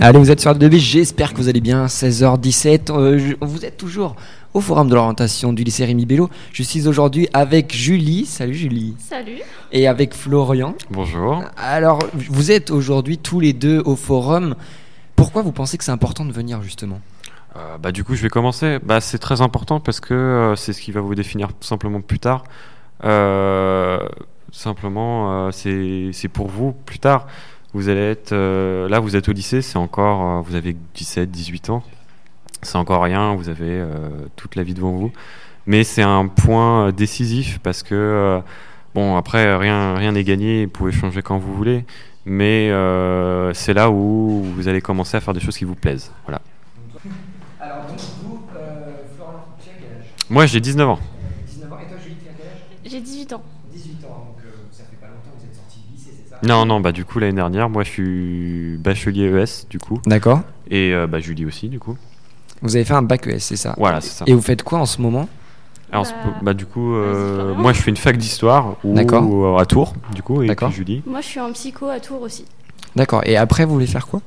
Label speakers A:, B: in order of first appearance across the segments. A: Allez, vous êtes sur de j'espère que vous allez bien. 16h17, euh, je- vous êtes toujours au forum de l'orientation du lycée Rémi Bello. Je suis aujourd'hui avec Julie, salut Julie,
B: Salut.
A: et avec Florian.
C: Bonjour.
A: Ah. Alors, vous êtes aujourd'hui tous les deux au forum. Pourquoi vous pensez que c'est important de venir justement
C: Euh, bah, du coup, je vais commencer. Bah, c'est très important parce que euh, c'est ce qui va vous définir tout simplement plus tard. Euh, simplement, euh, c'est c'est pour vous plus tard. Vous allez être euh, là, vous êtes au lycée, c'est encore, euh, vous avez 17, 18 ans. C'est encore rien, vous avez euh, toute la vie devant vous. Mais c'est un point euh, décisif parce que, euh, bon, après, rien rien n'est gagné, vous pouvez changer quand vous voulez. Mais euh, c'est là où vous allez commencer à faire des choses qui vous plaisent. Voilà.
A: Alors, donc vous, Florian, tu as quel âge
C: Moi, j'ai 19 ans.
A: 19 ans, et toi Julie, tu as quel âge
B: J'ai 18 ans.
A: 18 ans, donc ça fait pas longtemps que vous êtes sorti du lycée, c'est ça
C: Non, non, bah du coup, l'année dernière, moi, je suis bachelier ES, du coup,
A: D'accord,
C: et euh, bah, Julie aussi, du coup.
A: vous avez fait un bac ES, c'est ça
C: Voilà, c'est ça.
A: Et vous faites quoi en ce moment
C: Alors, c'est-
B: Bah,
C: bah, du coup, euh,
B: vas-y, Florian.
C: moi, je fais une fac d'histoire ou
A: D'accord.
C: ou à Tours, du coup, et
A: D'accord.
C: puis Julie.
B: Moi, je suis en psycho à Tours aussi.
A: D'accord, et après vous voulez faire quoi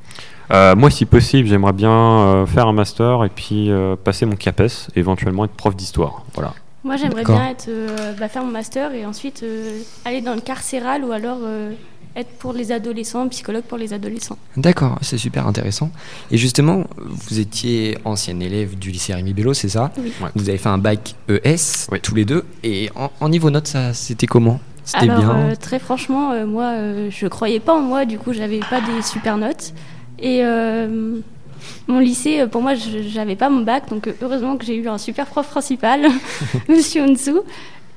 C: Euh, moi, si possible, j'aimerais bien euh, faire un master et puis euh, passer mon CAPES, et éventuellement être prof d'histoire. Voilà.
B: Moi, j'aimerais
A: D'accord.
B: bien être, euh, bah, faire mon master et ensuite euh, aller dans le carcéral ou alors euh, être pour les adolescents, psychologue pour les adolescents.
A: D'accord, c'est super intéressant. Et justement, vous étiez ancien élève du lycée Rémi Bello, c'est ça
B: Oui.
C: Ouais.
A: Vous avez fait un bac ES,
C: Oui.
A: tous les deux. Et en, en niveau notes, ça, c'était comment C'était
B: alors,
A: bien.
B: euh, très franchement, euh, moi, euh, je croyais pas en moi, du coup, j'avais pas des super notes. Et euh, mon lycée, euh, pour moi, je- j'avais pas mon bac, donc euh, heureusement que j'ai eu un super prof principal, Monsieur Onsu.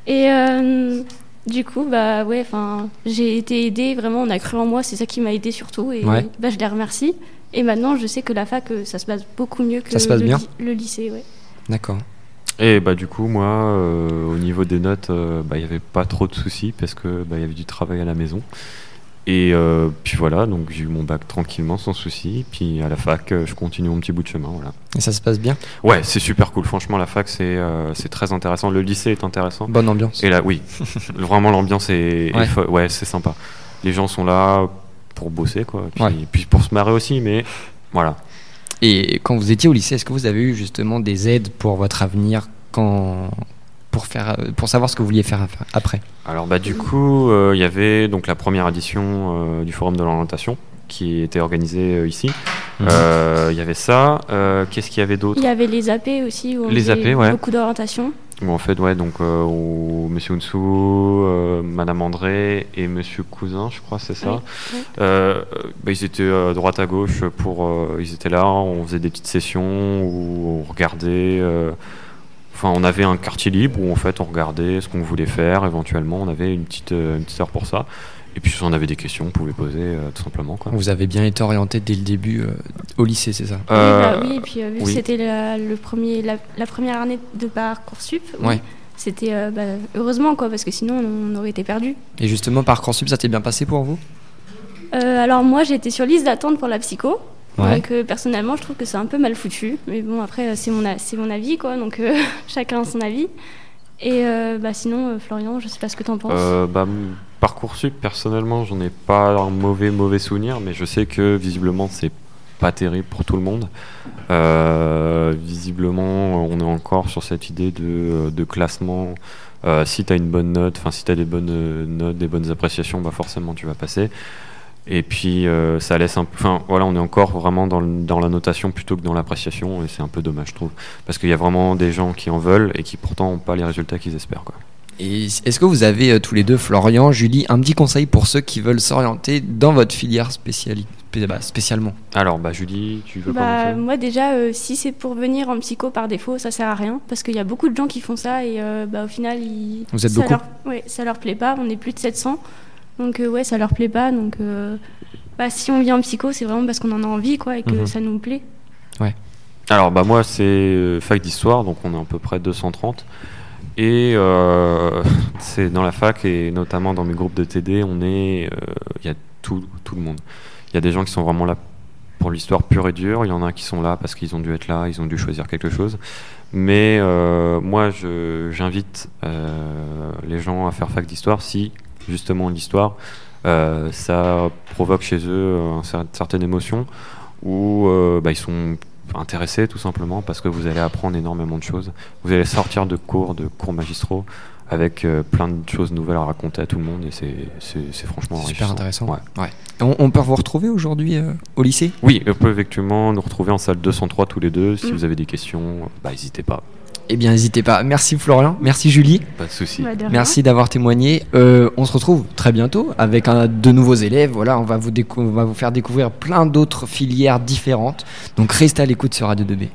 B: Et euh, du coup, bah ouais, enfin, j'ai été aidée, vraiment, on a cru en moi, c'est ça qui m'a aidée surtout, et
A: Ouais.
B: bah, je les remercie. Et maintenant, je sais que la fac, euh, ça se passe beaucoup mieux que
A: Ça se passe
B: le,
A: bien
B: ly- le lycée, ouais.
A: D'accord.
C: Et bah, du coup, moi, euh, au niveau des notes, euh, bah, il n'y avait pas trop de soucis parce que bah, il y avait du travail à la maison. Et euh, puis voilà, donc j'ai eu mon bac tranquillement, sans souci. Puis à la fac, euh, je continue mon petit bout de chemin. Voilà.
A: Et ça se passe bien
C: Ouais, c'est super cool. Franchement, la fac, c'est euh, c'est très intéressant. Le lycée est intéressant.
A: Bonne ambiance.
C: Et là, oui, vraiment l'ambiance est, est
A: Ouais.
C: fo- ouais, c'est sympa. Les gens sont là pour bosser, quoi. Puis,
A: Ouais.
C: puis pour se marrer aussi, mais voilà.
A: Et quand vous étiez au lycée, est-ce que vous avez eu justement des aides pour votre avenir quand... pour, faire, euh, pour savoir ce que vous vouliez faire af- après
C: Alors bah du coup, euh, il y avait donc la première édition euh, du forum de l'orientation qui était organisée euh, ici. Euh, Il y avait ça. Euh, Qu'est-ce qu'il y avait d'autre
B: Il y avait les AP aussi, où on
C: Les
B: faisait
C: AP, ouais.
B: beaucoup d'orientation.
C: Bon, En fait, ouais, donc euh, au- Monsieur Unsu, euh, Madame André et Monsieur Cousin, je crois, c'est ça.
B: Oui, oui.
C: Euh, euh, bah, ils étaient euh, droite à gauche pour, euh, ils étaient là. On faisait des petites sessions où on regardait. euh, Enfin, on avait un quartier libre où en fait on regardait ce qu'on voulait faire. Éventuellement, on avait une petite, euh, une petite heure pour ça. Et puis si on avait des questions, on pouvait poser euh, tout simplement quoi.
A: Vous avez bien été orienté dès le début euh, au lycée, c'est ça
C: Euh,
B: oui, bah oui, et puis euh, vu que
C: oui.
B: c'était la, le premier, la, la première année de Parcoursup, oui,
A: Ouais.
B: c'était euh, bah, heureusement, quoi, parce que sinon on aurait été perdu.
A: Et justement, Parcoursup, ça t'est bien passé pour vous
B: Euh, alors moi j'étais sur liste d'attente pour la psycho, donc euh, personnellement je trouve que c'est un peu mal foutu, mais bon après euh, c'est mon, a- c'est mon avis, quoi, donc euh, chacun a son avis. Et euh, bah, sinon, euh, Florian, je sais pas ce que t'en penses.
C: Euh, bah, m- Parcoursup, personnellement, j'en ai pas un mauvais, mauvais souvenir, mais je sais que visiblement, c'est pas terrible pour tout le monde. Euh, visiblement, on est encore sur cette idée de, de classement. Euh, si t'as une bonne note, enfin, si t'as des bonnes euh, notes, des bonnes appréciations, bah forcément, tu vas passer. Et puis, euh, ça laisse un peu. Enfin, voilà, on est encore vraiment dans, le- dans la notation plutôt que dans l'appréciation, et c'est un peu dommage, je trouve. Parce qu'il y a vraiment des gens qui en veulent et qui pourtant n'ont pas les résultats qu'ils espèrent, quoi.
A: Et est-ce que vous avez euh, tous les deux, Florian, Julie, un petit conseil pour ceux qui veulent s'orienter dans votre filière spéciali- spé- bah, spécialement
C: Alors, bah, Julie, tu veux
B: Bah,
C: commencer
B: moi déjà, euh, si c'est pour venir en psycho par défaut, ça sert à rien parce qu'il y a beaucoup de gens qui font ça et euh, bah, au final, ils...
A: Vous êtes
B: ça
A: beaucoup.
B: Leur... Ouais, ça leur plaît pas. On est plus de 700, donc euh, ouais, ça leur plaît pas. Donc, euh, bah, si on vient en psycho, c'est vraiment parce qu'on en a envie, quoi, et que
A: Mhm.
B: ça nous plaît.
C: Alors, bah, moi, c'est euh, fac d'histoire, donc on est à peu près 230. Et euh, c'est dans la fac, et notamment dans mes groupes de TD, on est, euh, il y a tout, tout le monde. Il y a des gens qui sont vraiment là pour l'histoire pure et dure, il y en a qui sont là parce qu'ils ont dû être là, ils ont dû choisir quelque chose. Mais euh, moi, je- j'invite euh, les gens à faire fac d'histoire si, justement, l'histoire, euh, ça provoque chez eux euh, une certaine émotion. où euh, bah, ils sont intéressés tout simplement parce que vous allez apprendre énormément de choses. Vous allez sortir de cours, de cours magistraux, avec euh, plein de choses nouvelles à raconter à tout le monde et c'est, c'est, c'est franchement
A: C'est
C: enrichissant.
A: super intéressant.
C: Ouais.
A: On, on peut vous retrouver aujourd'hui euh, au lycée
C: Oui, on peut effectivement nous retrouver en salle 203 tous les deux. Si
B: Mm.
C: vous avez des questions, bah, n'hésitez pas,
A: Eh bien, n'hésitez pas. Merci Florian, merci Julie,
C: pas de souci.
B: Bah, de rien.
A: merci d'avoir témoigné. Euh, on se retrouve très bientôt avec un, de nouveaux élèves. Voilà, on va, vous décou- on va vous faire découvrir plein d'autres filières différentes. Donc, restez à l'écoute sur Radio 2B.